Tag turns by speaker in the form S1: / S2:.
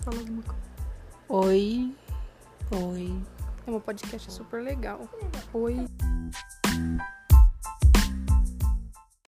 S1: Fala alguma coisa.
S2: Oi. Oi.
S1: É um podcast super legal. Oi.